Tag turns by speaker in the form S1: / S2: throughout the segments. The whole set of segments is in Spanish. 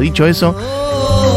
S1: Dicho eso,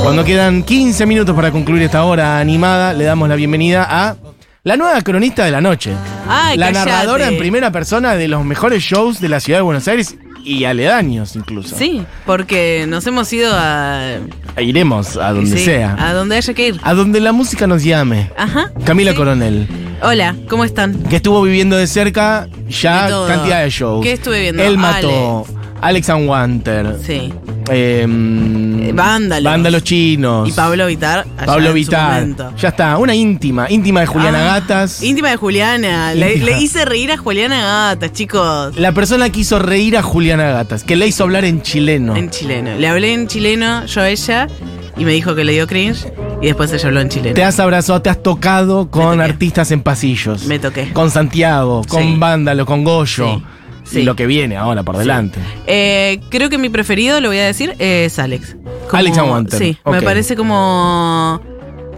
S1: cuando quedan 15 minutos para concluir esta hora animada, le damos la bienvenida a la nueva cronista de la noche.
S2: Ay,
S1: la
S2: cállate.
S1: narradora en primera persona de los mejores shows de la ciudad de Buenos Aires y aledaños incluso. E
S2: Sí, porque nos hemos ido a.
S1: Iremos a donde
S2: sí, Ah.
S1: sea.
S2: A donde haya que ir.
S1: A donde la música nos llame.
S2: Ajá.
S1: Camila
S2: sí.
S1: Coronel,
S2: Hola, ¿cómo están?
S1: que estuvo viviendo de cerca ya
S2: De todo.
S1: cantidad de shows.
S2: ¿Qué estuve viendo?
S1: Él mató. Alex and Wanter.
S2: Sí.
S1: em,
S2: Eh, Vándalos.
S1: Vándalos chinos.
S2: Y Pablo Vitar.
S1: Pablo Vitar. Ya está, una íntima, íntima de Juliana Gatas.
S2: Ah, Íntima de Juliana. Le,
S1: Íntima.
S2: le hice reír a Juliana Gatas, chicos.
S1: La persona que hizo reír a Juliana Gatas, que le hizo hablar en chileno.
S2: En chileno. Le hablé en chileno, yo a ella, y me dijo que le dio cringe, y después ella habló en chileno.
S1: Te has abrazado, te has tocado con
S2: toqué.
S1: artistas en pasillos.
S2: Me toqué.
S1: Con Santiago, con
S2: Sí.
S1: Vándalo, con Goyo.
S2: Sí. Sí.
S1: Y lo que viene ahora por delante.
S2: Eh, creo que mi preferido, lo voy a decir, es Alex.
S1: Alex Aguanter,
S2: Sí,
S1: ok.
S2: me parece como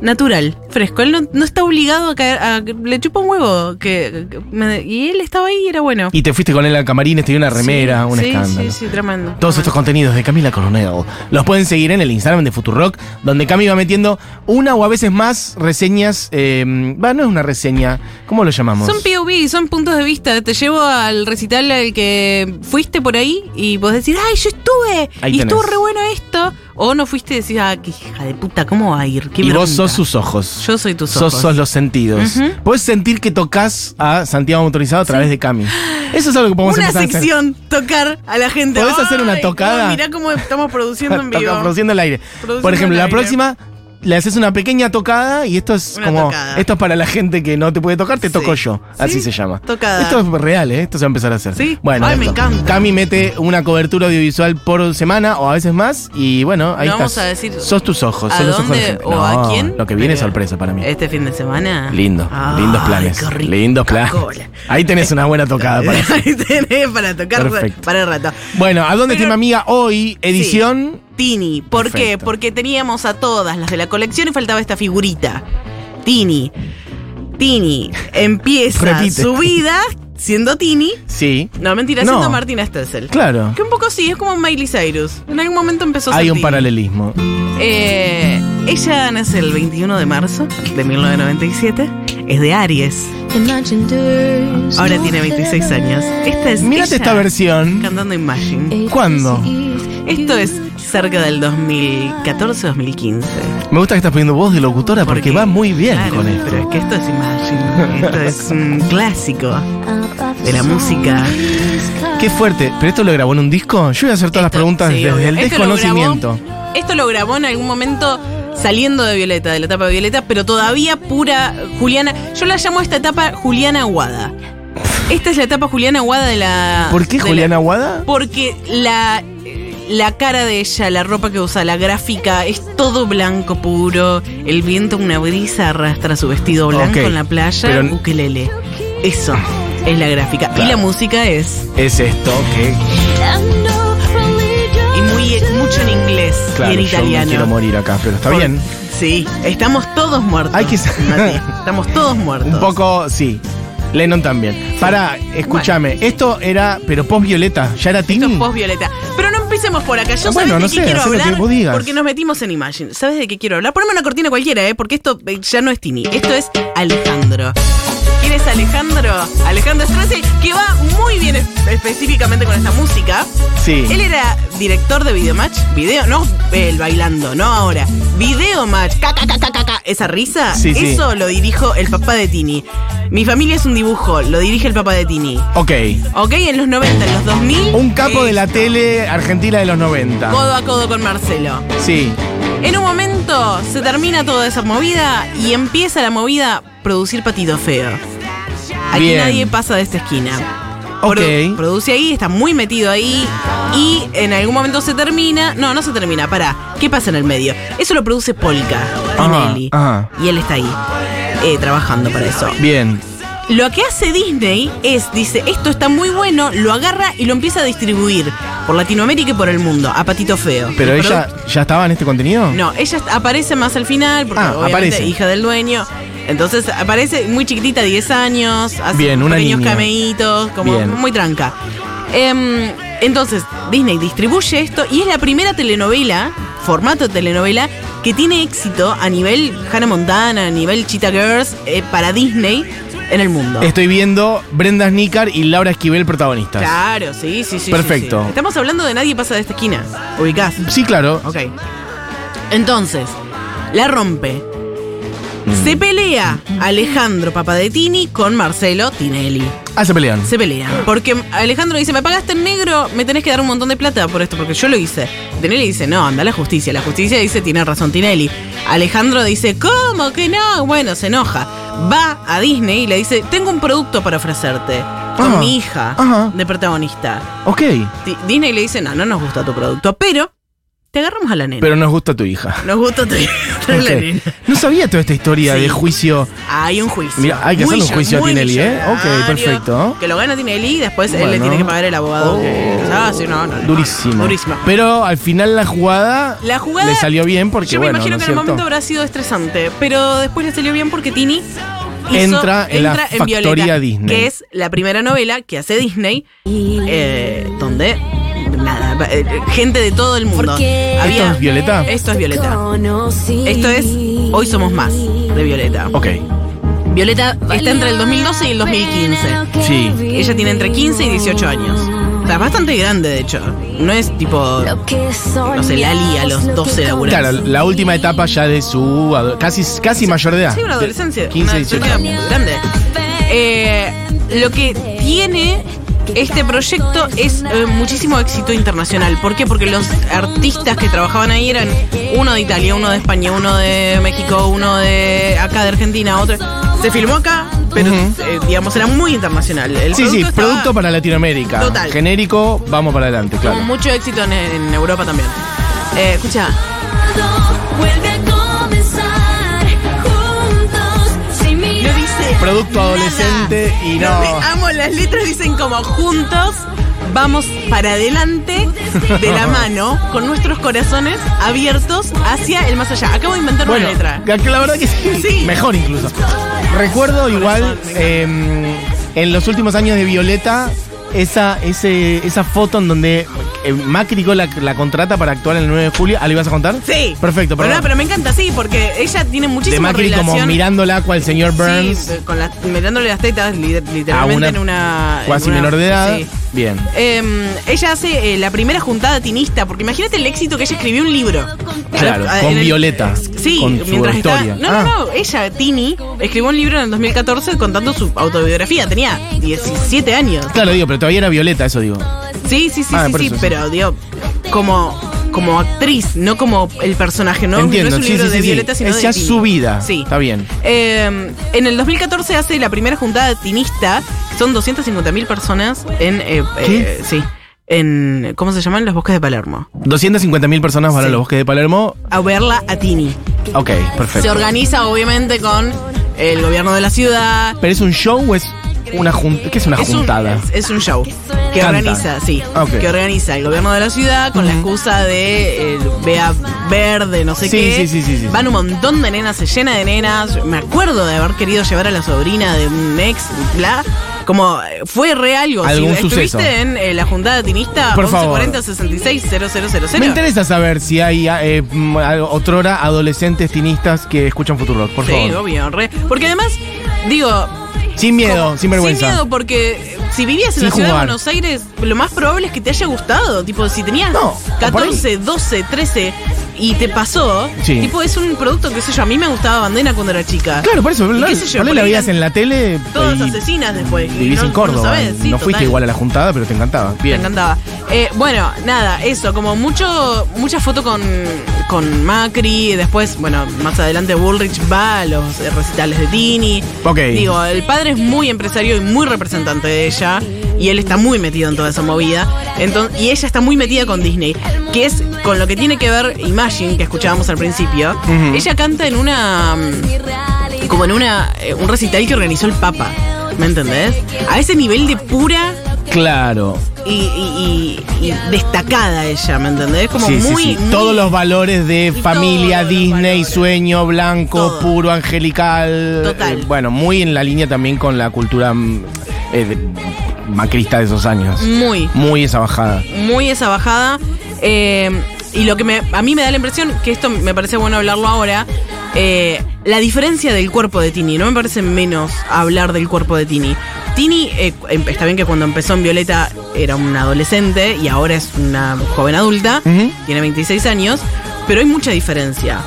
S2: natural, fresco. Él no, no está obligado a caer, a- le chupa un huevo. Que, que- me- y él estaba ahí y era bueno.
S1: Y te fuiste con él al camarín, te dio una remera,
S2: Sí,
S1: un
S2: sí,
S1: escándalo.
S2: Sí, sí, tremendo.
S1: Todos estos contenidos de Camila Coronel los pueden seguir en el Instagram de Futurock, donde Cami va metiendo una o a veces más reseñas. eh, bah, no es una reseña, ¿cómo lo llamamos?
S2: Son POV, son puntos de vista. Te llevo al recital al que fuiste por ahí y vos decís, ¡ay, yo estuve!
S1: Ahí
S2: y
S1: tenés.
S2: estuvo re bueno esto. O no fuiste y decís, ¡ah, qué hija de puta, cómo va a ir? Qué
S1: y vos
S2: bronca".
S1: sos sus ojos.
S2: Yo soy tus
S1: Sos,
S2: ojos.
S1: sos los sentidos.
S2: Ujú.
S1: Puedes sentir que tocas a Santiago Motorizado a través de Cami. Eso es algo que podemos
S2: una
S1: empezar a hacer.
S2: sección, tocar a la gente.
S1: ¿Podés hacer una
S2: Ay, cómo-
S1: tocada?
S2: Mirá cómo estamos produciendo en vivo.
S1: Toca- produciendo el aire.
S2: Produciendo
S1: Por ejemplo,
S2: el
S1: la
S2: aire.
S1: próxima le haces una pequeña tocada y esto es
S2: Una
S1: como.
S2: tocada.
S1: Esto es para la gente que no te puede tocar, te
S2: Sí.
S1: toco yo. Así
S2: Sí,
S1: se llama.
S2: tocada.
S1: Esto es real, ¿eh? Esto se va a empezar a hacer.
S2: Sí.
S1: Bueno,
S2: Ay, me
S1: esto.
S2: encanta.
S1: Cami mete una cobertura audiovisual por semana o a veces más y bueno, ahí
S2: No
S1: estás.
S2: vamos a decir
S1: Sos tus ojos,
S2: ¿A
S1: sos los ojos de
S2: dónde
S1: gente.
S2: o a
S1: No,
S2: quién?
S1: Lo que viene es
S2: Pero-
S1: sorpresa para mí.
S2: Este fin de semana.
S1: Lindo,
S2: Ay,
S1: lindos planes.
S2: qué rico,
S1: lindos planes.
S2: Coca-Cola.
S1: Ahí tenés una buena tocada para hacer.
S2: Ahí tenés para tocar
S1: Perfecto.
S2: para el rato.
S1: Bueno, ¿a dónde
S2: Pero-
S1: está mi amiga hoy? Edición.
S2: Tini, ¿por qué?
S1: Perfecto.
S2: Porque teníamos a todas las de la colección y faltaba esta figurita. Tini. Tini empieza
S1: Repite.
S2: su vida siendo Tini.
S1: Sí.
S2: No, mentira,
S1: No.
S2: siendo Martina Stessel.
S1: Claro.
S2: Que un poco sí, es como Miley Cyrus. En algún momento empezó a
S1: Hay
S2: ser
S1: un
S2: Tini.
S1: paralelismo.
S2: Eh, ella nace el 21 de marzo de 1997. Es de Aries. Ahora tiene 26 años. Esta es
S1: Mírate
S2: ella
S1: esta versión.
S2: cantando Imagine.
S1: ¿Cuándo?
S2: Esto es cerca del 2014-2015.
S1: Me gusta que estás poniendo voz de locutora Ah, porque, va muy bien
S2: claro,
S1: con esto.
S2: Pero es que esto es Imagine. Esto es un clásico de la música.
S1: Qué fuerte. ¿Pero esto lo grabó en un disco? Yo voy a hacer todas las
S2: Esto-
S1: preguntas
S2: sí,
S1: desde
S2: obvio.
S1: el
S2: Esto lo grabó-
S1: desconocimiento.
S2: Esto lo grabó en algún momento saliendo de Violeta, de la etapa de Violeta, pero todavía pura Juliana. Yo la llamo esta etapa Juliana Aguada. Esta es la etapa Juliana Aguada de la.
S1: ¿Por qué
S2: de la-
S1: Juliana Aguada?
S2: porque la. La cara de ella, la ropa que usa, la gráfica, es todo blanco puro. El viento, una brisa, arrastra su vestido blanco
S1: Ok,
S2: en la playa.
S1: pero-
S2: Ukelele. Eso es la gráfica.
S1: Claro.
S2: Y la música es.
S1: Es esto que.
S2: Y muy, mucho en inglés
S1: Claro,
S2: y en
S1: yo me
S2: italiano.
S1: quiero morir acá, pero está
S2: Por-
S1: bien.
S2: Sí, estamos todos muertos.
S1: Hay que sa-
S2: Mati, estamos todos muertos.
S1: Un poco, sí. Lennon también. Pará, escúchame. Esto era, pero post Violeta, ya era
S2: Esto es
S1: Tini.
S2: post-violeta. Pero no empecemos por acá. Yo
S1: Mm. Ah, Bueno,
S2: sabes de
S1: no
S2: qué
S1: sé,
S2: quiero
S1: hacé lo que
S2: hablar.
S1: vos digas.
S2: Porque nos metimos en Imagine. ¿Sabes de qué quiero hablar? Poneme una cortina cualquiera, ¿eh? Porque esto eh, ya no es Tini. Esto es Alejandro. ¿Quién es Alejandro? Alejandro Strassi, que va muy bien es- específicamente con esta música.
S1: Sí.
S2: Él era director de Videomatch. Video, no el bailando, no ahora. Videomatch. Ca, ca, ca, ca, ca, ca. Esa risa.
S1: Sí, sí.
S2: Eso lo dirijo el papá de Tini. Mi familia es un dibujo. Lo dirige el papá de Tini.
S1: Ok.
S2: Ok, en los 90, en los 2000.
S1: Un capo
S2: eh,
S1: de la tele argentina de los 90.
S2: Codo a codo con Marcelo.
S1: Sí.
S2: En un momento se termina toda esa movida y empieza la movida a producir patito feo. Aquí
S1: Bien.
S2: nadie pasa de esta esquina.
S1: Ok.
S2: Produ- produce ahí, está muy metido ahí y en algún momento se termina. No, no se termina, pará. ¿Qué pasa en el medio? Eso lo produce Polka,
S1: Ajá,
S2: Tinelli.
S1: ajá.
S2: Y él está ahí, eh, trabajando para eso.
S1: Bien.
S2: Lo que hace Disney es, dice, esto está muy bueno, lo agarra y lo empieza a distribuir por Latinoamérica y por el mundo, a Patito Feo.
S1: ¿Pero
S2: El
S1: ella ya estaba en este contenido?
S2: no, ella est- aparece más al final, porque
S1: Ah,
S2: obviamente
S1: aparece.
S2: hija del dueño. Entonces aparece muy chiquitita, 10 años, hace
S1: Bien, una
S2: pequeños
S1: niña.
S2: cameitos, como
S1: Bien.
S2: muy tranca. Em, entonces, Disney distribuye esto y es la primera telenovela formato de telenovela que tiene éxito a nivel Hannah Montana, a nivel Cheetah Girls, eh, para Disney en el mundo.
S1: Estoy viendo Brenda Snicker y Laura Esquivel protagonistas.
S2: Claro, sí, sí, sí. sí,
S1: Perfecto.
S2: sí. Estamos hablando de Nadie pasa de esta esquina. Ubicás.
S1: Sí, claro.
S2: Ok. Entonces, la rompe. Se pelea Alejandro Papadettini con Marcelo Tinelli.
S1: Ah, se pelean.
S2: Se pelean. Porque Alejandro dice, me pagaste en negro, me tenés que dar un montón de plata por esto, porque yo lo hice. Tinelli dice, no, anda a la justicia. La justicia dice, tiene razón Tinelli. Alejandro dice, ¿cómo que no? Bueno, se enoja. Va a Disney y le dice, tengo un producto para ofrecerte. Con
S1: Ajá.
S2: mi hija
S1: Ajá.
S2: de protagonista.
S1: Ok.
S2: Di- Disney le dice, no, no nos gusta tu producto, pero te agarramos a la nena.
S1: Pero nos gusta tu hija.
S2: Nos gusta tu a la
S1: Ok.
S2: nena.
S1: No sabía toda esta historia
S2: Sí.
S1: de juicio.
S2: Hay un juicio.
S1: Mira, hay que
S2: Muy
S1: hacerle un
S2: ya-
S1: juicio a
S2: muy
S1: Tinelli, ¿eh?
S2: millonario,
S1: Ok, perfecto.
S2: Que lo gana Tinelli y después él le
S1: Bueno.
S2: tiene que pagar el abogado. que- Ah, sí, no, no, no.
S1: Durísimo.
S2: Durísimo.
S1: Pero al final la jugada,
S2: La jugada-
S1: le salió bien porque
S2: Yo me
S1: bueno,
S2: imagino
S1: ¿no
S2: que
S1: es
S2: en el
S1: cierto?
S2: momento habrá sido estresante, pero después le salió bien porque Tini hizo-
S1: Entra en la factoría Disney.
S2: que es la primera novela que hace Disney, eh, donde nada, eh, gente de todo el mundo.
S3: Porque
S1: ¿Esto es Violeta?
S2: Esto es Violeta.
S3: Esto
S2: Esto es Hoy Somos Más de Violeta.
S1: Ok.
S2: Violeta está entre el 2012 y el 2015.
S1: Sí.
S2: Ella tiene entre 15 y 18 años. O sea, bastante grande, de hecho. No es tipo.
S3: No
S2: sé, Lali a los 12 laburando.
S1: Claro, la última etapa ya de su ado- casi casi mayor de edad.
S2: Sí, una adolescencia.
S1: De 15,
S2: una
S1: 18.
S2: adolescencia grande. Eh, lo que tiene. Este proyecto es eh, muchísimo éxito internacional. ¿Por qué? Porque los artistas que trabajaban ahí eran uno de Italia, uno de España, uno de México, uno de acá de Argentina, otro. Se filmó acá, pero
S1: Ujú.
S2: eh, digamos era muy internacional. El
S1: Sí, sí,
S2: estaba-
S1: producto para Latinoamérica.
S2: Total.
S1: Genérico, vamos para adelante, claro.
S2: Con mucho éxito en, en Europa también. Eh, escucha,
S3: Vuelve a comenzar juntos sin
S2: no dice.
S1: Producto adolescente y no.
S2: No, me- amo las letras, dicen como juntos. Vamos para adelante de la mano con nuestros corazones abiertos hacia el más allá. Acabo de inventar
S1: Bueno,
S2: una letra.
S1: la, la verdad que sí,
S2: Sí.
S1: Mejor incluso. Recuerdo igual eh, en los últimos años de Violeta esa, ese, esa foto en donde eh, Macri la, la contrata para actuar el 9 de julio. ¿Ah, lo ibas a contar?
S2: Sí.
S1: Perfecto,
S2: Pero,
S1: perdón.
S2: no, pero me encanta, sí, porque ella tiene
S1: de
S2: muchísima
S1: Macri
S2: relación.
S1: como mirándola cual señor Burns
S2: Sí, con las- mirándole las tetas li-
S1: a
S2: literalmente
S1: una,
S2: en una. en
S1: cuasi
S2: una-
S1: menor de edad.
S2: sí.
S1: Bien.
S2: Eh, ella hace eh, la primera juntada tinista, porque imagínate el éxito que ella escribió un libro.
S1: Claro,
S2: Ah,
S1: con
S2: en el-
S1: Violeta.
S2: Sí,
S1: con su
S2: mientras
S1: historia.
S2: estaba. No,
S1: Ah,
S2: no, no, ella, Tini, escribió un libro en el 2014 contando su autobiografía. Tenía 17 años.
S1: Claro, digo, pero todavía era Violeta, eso digo.
S2: Sí, sí, sí,
S1: Ah,
S2: sí,
S1: por
S2: sí,
S1: eso, sí.
S2: pero digo, como, como actriz, no como el personaje, no,
S1: Entiendo,
S2: No es un
S1: sí,
S2: libro
S1: sí,
S2: de
S1: sí, sí.
S2: Violeta, sino
S1: Es
S2: de
S1: ya
S2: Tini.
S1: su vida.
S2: Sí.
S1: Está bien.
S2: Eh, en el 2014 hace la primera juntada tinista, que son 250.000 personas en. eh,
S1: ¿Qué?
S2: eh, sí. En, ¿Cómo se llaman? Los bosques de Palermo.
S1: 250.000 personas van a
S2: Sí.
S1: los bosques de Palermo.
S2: A verla a Tini.
S1: Ok, perfecto.
S2: Se organiza, obviamente, con el gobierno de la ciudad,
S1: ¿Pero es un show o es una juntada? ¿Qué es una
S2: es
S1: juntada?
S2: Un, es, es un show que
S1: Canta.
S2: organiza, sí,
S1: Ah, ok.
S2: que organiza el gobierno de la ciudad con la excusa de eh, vea verde, no sé
S1: Sí,
S2: qué.
S1: sí, sí, sí, sí.
S2: Van un montón de nenas, se llena de nenas. Me acuerdo de haber querido llevar a la sobrina de un ex, bla. Como eh, fue re algo.
S1: Algún
S2: si estuviste
S1: suceso.
S2: en eh, la juntada tinista
S1: Por favor.
S2: 66
S1: Me interesa saber si hay eh, mm, a- otrora adolescentes tinistas que escuchan Futurock, por
S2: Sí,
S1: favor.
S2: obvio, re. Porque además, digo,
S1: Sin miedo,
S2: Como-
S1: sin vergüenza.
S2: Sin miedo, porque eh, si vivías en
S1: Sin
S2: la ciudad
S1: jugar.
S2: de Buenos Aires, lo más probable es que te haya gustado. Tipo, si tenías
S1: No, o por ahí.
S2: 14, 12, 13 y te pasó,
S1: Sí.
S2: tipo, es un producto, qué sé yo, a mí me gustaba Bandena cuando era chica.
S1: Claro, por eso,
S2: Y
S1: la,
S2: qué sé yo,
S1: por ahí la
S2: por ahí
S1: veías
S2: eran
S1: en la tele
S2: Todas
S1: y
S2: asesinas después. y
S1: vivís
S2: no-
S1: en Córdoba.
S2: No, lo sabés, sí,
S1: no fuiste
S2: total.
S1: igual a la juntada, pero te encantaba.
S2: Me
S1: Bien.
S2: encantaba. Eh, bueno, nada, eso, como mucho, mucha foto con, con Macri, después, bueno, más adelante Bullrich va a los eh, recitales de Tini.
S1: Ok.
S2: Digo, el padre es muy empresario y muy representante de ella. Y él está muy metido en toda esa movida. Entonces, y ella está muy metida con Disney, que es con lo que tiene que ver Imagine, que escuchábamos al principio.
S1: Ujú.
S2: Ella canta en una. mm, como en una. eh, un recital que organizó el Papa. ¿Me entendés? A ese nivel de pura
S1: Claro.
S2: y, y- y- y destacada ella, ¿me entendés? Como
S1: Sí, sí,
S2: muy,
S1: sí.
S2: muy-
S1: Todos los valores de
S2: todos
S1: familia,
S2: los
S1: Disney,
S2: valores.
S1: sueño, blanco,
S2: Todo.
S1: puro, angelical.
S2: Total.
S1: Eh, bueno, muy en la línea también con la cultura mm, eh, de- macrista de esos años.
S2: muy,
S1: Muy esa bajada.
S2: muy esa bajada. Eh, y lo que me, a mí me da la impresión, que esto me parece bueno hablarlo ahora, eh, la diferencia del cuerpo de Tini. No me parece menos hablar del cuerpo de Tini. Tini, eh, em- está bien que cuando empezó en Violeta era una adolescente y ahora es una joven adulta,
S1: Ujú.
S2: tiene 26 años, pero hay mucha diferencia.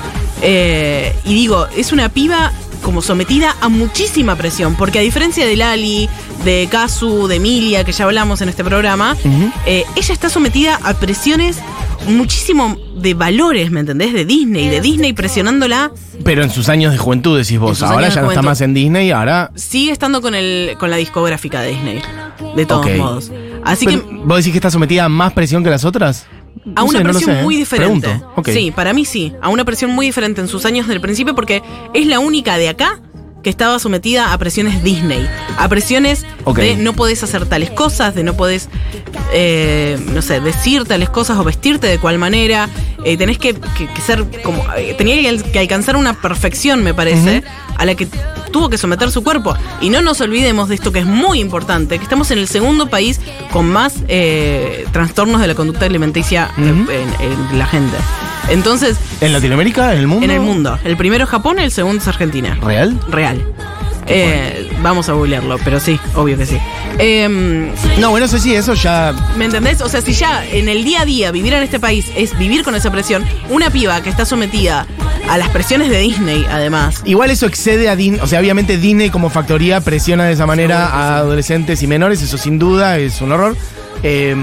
S2: Eh, y digo, es una piba como sometida a muchísima presión, porque a diferencia de Lali, de Kazu, de Emilia, que ya hablamos en este programa,
S1: Ujú.
S2: eh, ella está sometida a presiones muchísimo de valores, ¿me entendés? De Disney, de Disney presionándola,
S1: Pero en sus años de juventud, decís
S2: En
S1: vos.
S2: sus
S1: Ahora
S2: años
S1: ya
S2: de
S1: no está
S2: juventud.
S1: más en Disney, ahora.
S2: sigue estando con, el, con la discográfica de Disney, de todos
S1: Ok.
S2: modos. Así
S1: Pero,
S2: que
S1: ¿Vos decís que está sometida a más presión que las otras?
S2: a
S1: No
S2: una
S1: sé, no lo
S2: presión
S1: sé, ¿eh?
S2: muy diferente.
S1: Pregunto. Ok.
S2: Sí, para mí sí, a una presión muy diferente en sus años del principio porque es la única de acá que estaba sometida a presiones Disney, a presiones
S1: Ok.
S2: de no podés hacer tales cosas, de no podés, eh, no sé, decir tales cosas o vestirte de cual manera, eh, tenés que, que- que ser como, eh, tenía que, al- que alcanzar una perfección, me parece, a la que tuvo que someter su cuerpo. Y no nos olvidemos de esto que es muy importante, que estamos en el segundo país con más eh, trastornos de la conducta alimenticia eh,
S1: Ujú.
S2: en- en la gente. Entonces,
S1: ¿En Latinoamérica? ¿En el mundo?
S2: en el mundo. El primero es Japón, el segundo es Argentina.
S1: ¿Real?
S2: Real. Eh, vamos a googlearlo, pero sí, obvio que sí. Em,
S1: No, bueno, eso sí, eso ya.
S2: ¿Me entendés? O sea, si ya en el día a día vivir en este país es vivir con esa presión, una piba que está sometida a las presiones de Disney, además.
S1: Igual eso excede a Disney. O sea, obviamente Disney como factoría presiona de esa manera a adolescentes y menores. Eso sin duda es un horror. Eh,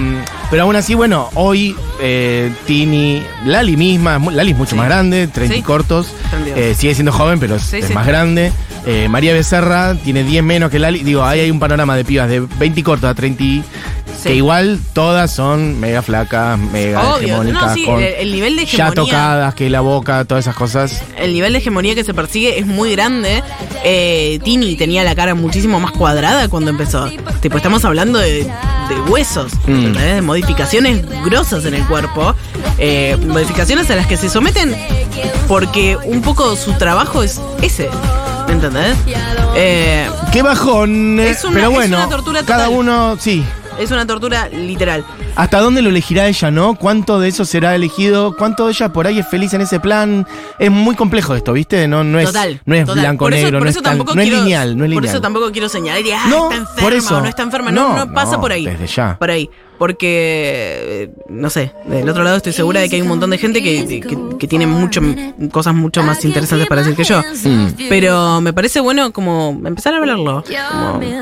S1: pero aún así, bueno, hoy eh, Tini, Lali misma, mu- Lali es mucho
S2: Sí.
S1: más grande, 30 y
S2: Sí.
S1: cortos.
S2: 32.
S1: eh, sigue siendo joven, pero es,
S2: Sí,
S1: es
S2: sí.
S1: más grande. Eh, María Becerra tiene 10 menos que Lali. Digo, ahí hay un panorama de pibas de 20 y cortos a 30 y-
S2: Sí.
S1: Que igual todas son mega flacas, mega
S2: Obvio,
S1: hegemónicas.
S2: no, sí,
S1: con
S2: el, el nivel de
S1: ya
S2: hegemonía.
S1: tocadas, que la boca, todas esas cosas.
S2: El nivel de hegemonía que se persigue es muy grande. Eh, Tini tenía la cara muchísimo más cuadrada cuando empezó. Tipo, estamos hablando de, de huesos,
S1: Mm.
S2: ¿entendés? de modificaciones grosas en el cuerpo. eh, modificaciones a las que se someten porque un poco su trabajo es ese. ¿Me entendés? Eh,
S1: Qué bajón. eh,
S2: Es una-
S1: pero
S2: es
S1: bueno,
S2: una tortura
S1: cada
S2: total.
S1: uno, sí.
S2: es una tortura literal.
S1: ¿Hasta dónde lo elegirá ella, no? ¿Cuánto de eso será elegido? ¿Cuánto de ella por ahí es feliz en ese plan? Es muy complejo esto, ¿viste? No, no es,
S2: total.
S1: no es
S2: total.
S1: blanco
S2: Por eso-
S1: negro,
S2: por
S1: no,
S2: eso
S1: es tan-
S2: tampoco
S1: no es
S2: quiero-
S1: lineal, no es
S2: Por
S1: lineal.
S2: eso tampoco quiero señalar y, ah,
S1: No,
S2: está enferma
S1: por eso.
S2: o no está enferma. No,
S1: No,
S2: no, pasa
S1: no,
S2: por ahí.
S1: desde ya.
S2: Por ahí. Porque, eh, no sé, del otro lado estoy segura de que hay un montón de gente que, que- que tiene mucho, cosas mucho más interesantes para decir que yo.
S1: Mm.
S2: Pero me parece bueno como empezar a hablarlo. Como, eh,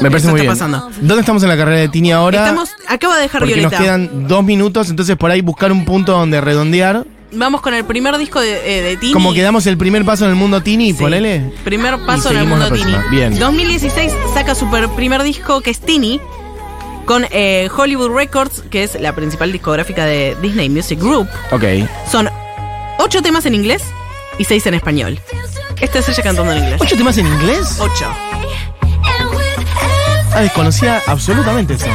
S1: Me parece
S2: eso
S1: muy
S2: está
S1: bien.
S2: pasando.
S1: ¿Dónde estamos en la carrera de Tini ahora?
S2: Estamos, acaba de dejar
S1: porque
S2: Violeta.
S1: nos quedan dos minutos, entonces por ahí buscar un punto donde redondear.
S2: Vamos con el primer disco de, eh, de Tini.
S1: Como que damos el primer paso en el mundo Tini,
S2: Sí.
S1: ponele.
S2: Primer paso
S1: Y
S2: en el
S1: seguimos la
S2: mundo Tini.
S1: próxima. Bien.
S2: 2016 saca su per- primer disco que es Tini con eh, Hollywood Records, que es la principal discográfica de Disney Music Group.
S1: Ok.
S2: Son ocho temas en inglés y seis en español. Esta es ella cantando en inglés.
S1: ¿Ocho temas en inglés?
S2: Ocho.
S1: Ah, desconocía absolutamente eso.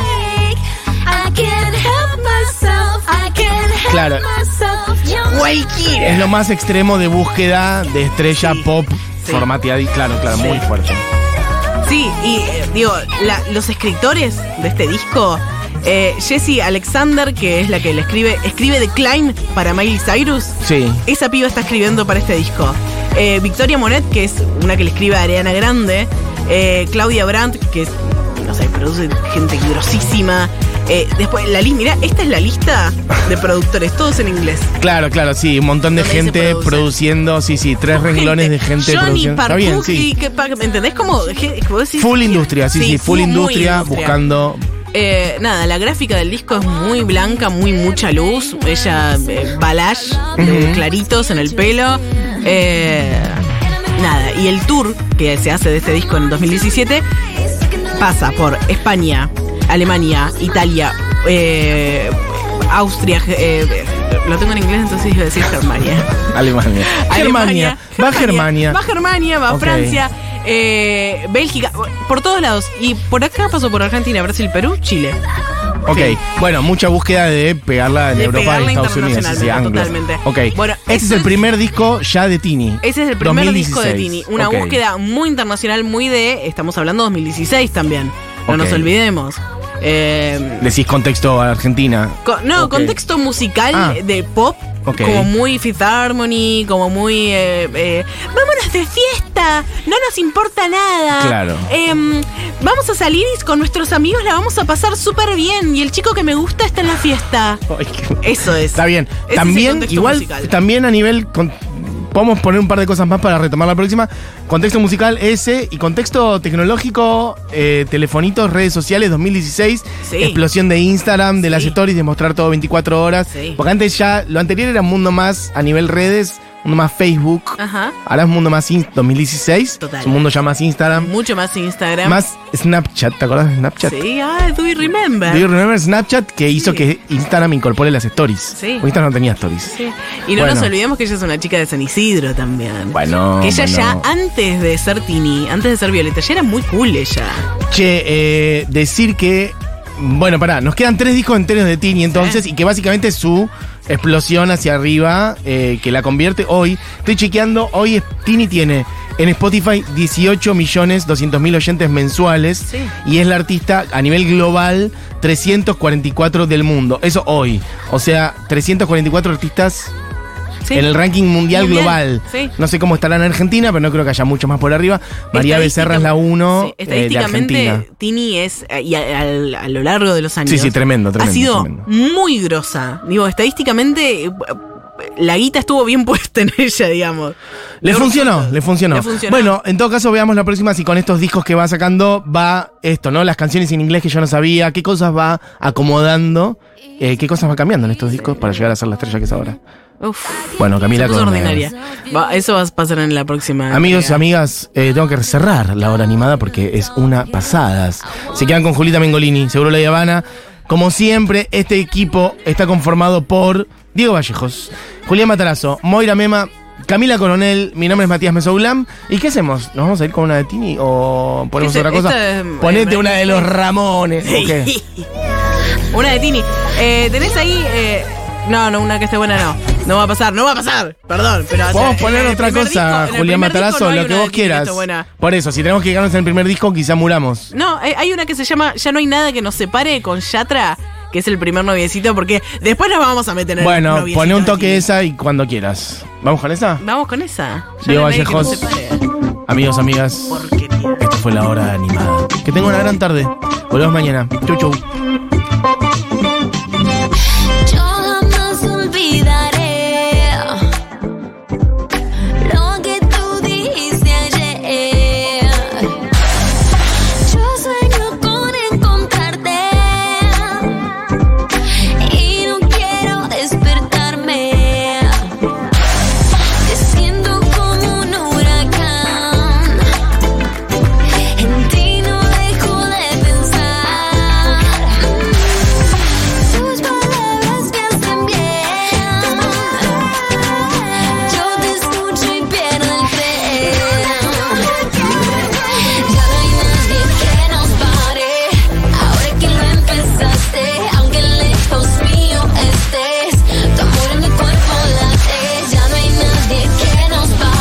S1: Claro. Es lo más extremo de búsqueda de estrella
S2: Sí.
S1: pop
S2: Sí.
S1: formateada y claro, claro, muy fuerte.
S2: Sí, y eh, digo, la- los escritores de este disco, eh, Jessie Alexander, que es la que le escribe, escribe The Climb para Miley Cyrus.
S1: Sí.
S2: Esa piba está escribiendo para este disco. Eh, Victoria Monet, que es una que le escribe a Ariana Grande. Eh, Claudia Brandt, que es, no sé, produce gente grosísima. Eh, después, la lista, mira, esta es la lista de productores, todos en inglés.
S1: Claro, claro, sí, un montón de
S2: Donde
S1: gente
S2: se produce.
S1: produciendo, sí, sí, tres renglones de gente
S2: Johnny
S1: produciendo. Está bien, sí.
S2: Parpucci, que pa- ¿me entendés? Como, je- como decís-
S1: Full industria, sí, sí, full
S2: muy
S1: industria, buscando.
S2: Eh, nada, la gráfica del disco es muy blanca, muy mucha luz. Ella, eh, balayage,
S1: Ujú.
S2: claritos en el pelo. Eh, nada, y el tour que se hace de este disco en 2017 pasa por España, Alemania, Italia, eh, Austria. eh, lo tengo en inglés, entonces iba a decir Germania.
S1: Alemania. Germania. Va Germania.
S2: Va Germania, va
S1: Ok.
S2: Francia, eh, Bélgica, por todos lados. Y por acá pasó por Argentina, Brasil, Perú, Chile.
S1: Ok, bueno, mucha búsqueda de pegarla en
S2: De
S1: Europa y
S2: pegarla
S1: Estados Unidos. Sí, sí, anglos.
S2: internacionalmente,
S1: Ok,
S2: totalmente. Bueno,
S1: este es
S2: eso
S1: el
S2: es-
S1: primer disco ya de Tini.
S2: Ese es el primer
S1: 2016.
S2: disco de Tini. Una
S1: Ok.
S2: búsqueda muy internacional, muy de. Estamos hablando 2016 también. No
S1: Ok.
S2: nos olvidemos. Eh,
S1: Decís contexto a Argentina.
S2: Co- no,
S1: Ok.
S2: contexto musical
S1: Ah.
S2: de pop.
S1: Ok.
S2: Como muy Fifth Harmony, como muy. eh, eh, vámonos de fiesta, no nos importa nada.
S1: Claro.
S2: Em, vamos a salir y con nuestros amigos la vamos a pasar súper bien. Y el chico que me gusta está en la fiesta.
S1: Ay, qué-
S2: Eso es.
S1: Está bien.
S2: Ese es el
S1: también,
S2: contexto
S1: igual,
S2: musical.
S1: también a nivel. con- podemos poner un par de cosas más para retomar la próxima. Contexto musical ese y contexto tecnológico, eh, telefonitos, redes sociales 2016.
S2: Sí.
S1: Explosión de Instagram, de las
S2: Sí.
S1: stories, de mostrar todo 24 horas.
S2: Sí.
S1: Porque antes ya, lo anterior era un mundo más a nivel redes, mundo más Facebook.
S2: Ajá.
S1: Ahora es un mundo más in- 2016.
S2: Ah. Total.
S1: Es un mundo ya más Instagram.
S2: Mucho más Instagram.
S1: Más Snapchat, ¿te acordás de Snapchat?
S2: Sí, ah, do you remember?
S1: Do you remember Snapchat que hizo
S2: Sí.
S1: que Instagram incorpore las stories?
S2: Sí.
S1: Porque Instagram no tenía stories.
S2: Sí. Y no
S1: Bueno.
S2: nos olvidemos que ella es una chica de San Isidro también.
S1: Bueno,
S2: Que ella
S1: bueno.
S2: ya antes de ser Tini, antes de ser Violeta, ya era muy cool ella.
S1: Che, eh, decir que. Bueno, pará, nos quedan tres discos enteros de Tini entonces, y que básicamente es su explosión hacia arriba, eh, que la convierte hoy. Estoy chequeando, hoy es- Tini tiene en Spotify 18 millones 200 mil oyentes mensuales,
S2: Sí.
S1: y es la artista a nivel global 344 del mundo. Eso hoy. O sea, 344 artistas
S2: Sí.
S1: en el ranking mundial,
S2: Mundial,
S1: global.
S2: sí.
S1: No sé cómo estará en Argentina, pero no creo que haya mucho más por arriba. María Becerra es la 1
S2: Sí, estadísticamente,
S1: eh, de Argentina.
S2: Tini es, eh, y a, al- a lo largo de los años,
S1: Sí, sí, tremendo, tremendo.
S2: ha sido Mm.
S1: tremendo.
S2: muy grosa. Digo, estadísticamente, eh, la guita estuvo bien puesta en ella, digamos.
S1: Le
S2: Lo
S1: funcionó,
S2: grosa.
S1: le funcionó.
S2: Le funcionó.
S1: Bueno, en todo caso, veamos la próxima si con estos discos que va sacando va esto, ¿no? Las canciones en inglés que yo no sabía, qué cosas va acomodando, eh, qué cosas va cambiando en estos discos para llegar a ser la estrella que es ahora.
S2: Uf,
S1: Bueno, Camila,
S2: se puso
S1: con, eh,
S2: ordinaria. Va, eso va a pasar en la próxima.
S1: Ah, Amigos,
S2: entrega.
S1: amigas, eh, tengo que cerrar la hora animada porque es una pasadas. Se quedan con Julita Mengolini, seguro la Habana. Como siempre, este equipo está conformado por Diego Vallejos, Julián Matarazo, Moira Mema, Camila Coronel, mi nombre es Matías Mesoulam. ¿Y qué hacemos? ¿Nos vamos a ir con una de Tini o ponemos
S2: Este-
S1: otra cosa?
S2: esta es-
S1: Ponete
S2: eh,
S1: una de los Ramones. ¿o qué?
S2: Una de Tini. Eh, ¿Tenés ahí.? eh, no, no, una que esté buena no. No va a pasar, no va a pasar. Perdón, pero. o sea,
S1: Podemos poner
S2: en el
S1: otra
S2: primer disco-
S1: cosa,
S2: en el
S1: Julián
S2: primer disco
S1: Matarazo,
S2: no hay
S1: lo
S2: una
S1: que
S2: de
S1: vos
S2: Tini que esté
S1: quieras.
S2: buena.
S1: Por eso, si tenemos que ganarnos en el primer disco, quizá muramos.
S2: No, hay hay una que se llama Ya no hay nada que nos separe con Yatra, que es el primer noviecito, porque después nos vamos a meter en el
S1: Bueno,
S2: noviecito
S1: pone un
S2: de
S1: toque
S2: Tini.
S1: esa y cuando quieras. ¿Vamos con esa?
S2: Vamos con esa. Ya
S1: Diego
S2: no hay nadie que
S1: Vallejos.
S2: nos separe.
S1: Amigos, amigas,
S2: Porquería.
S1: esta fue la hora animada. Que tengan una gran tarde. Volvemos mañana. Chau, chau.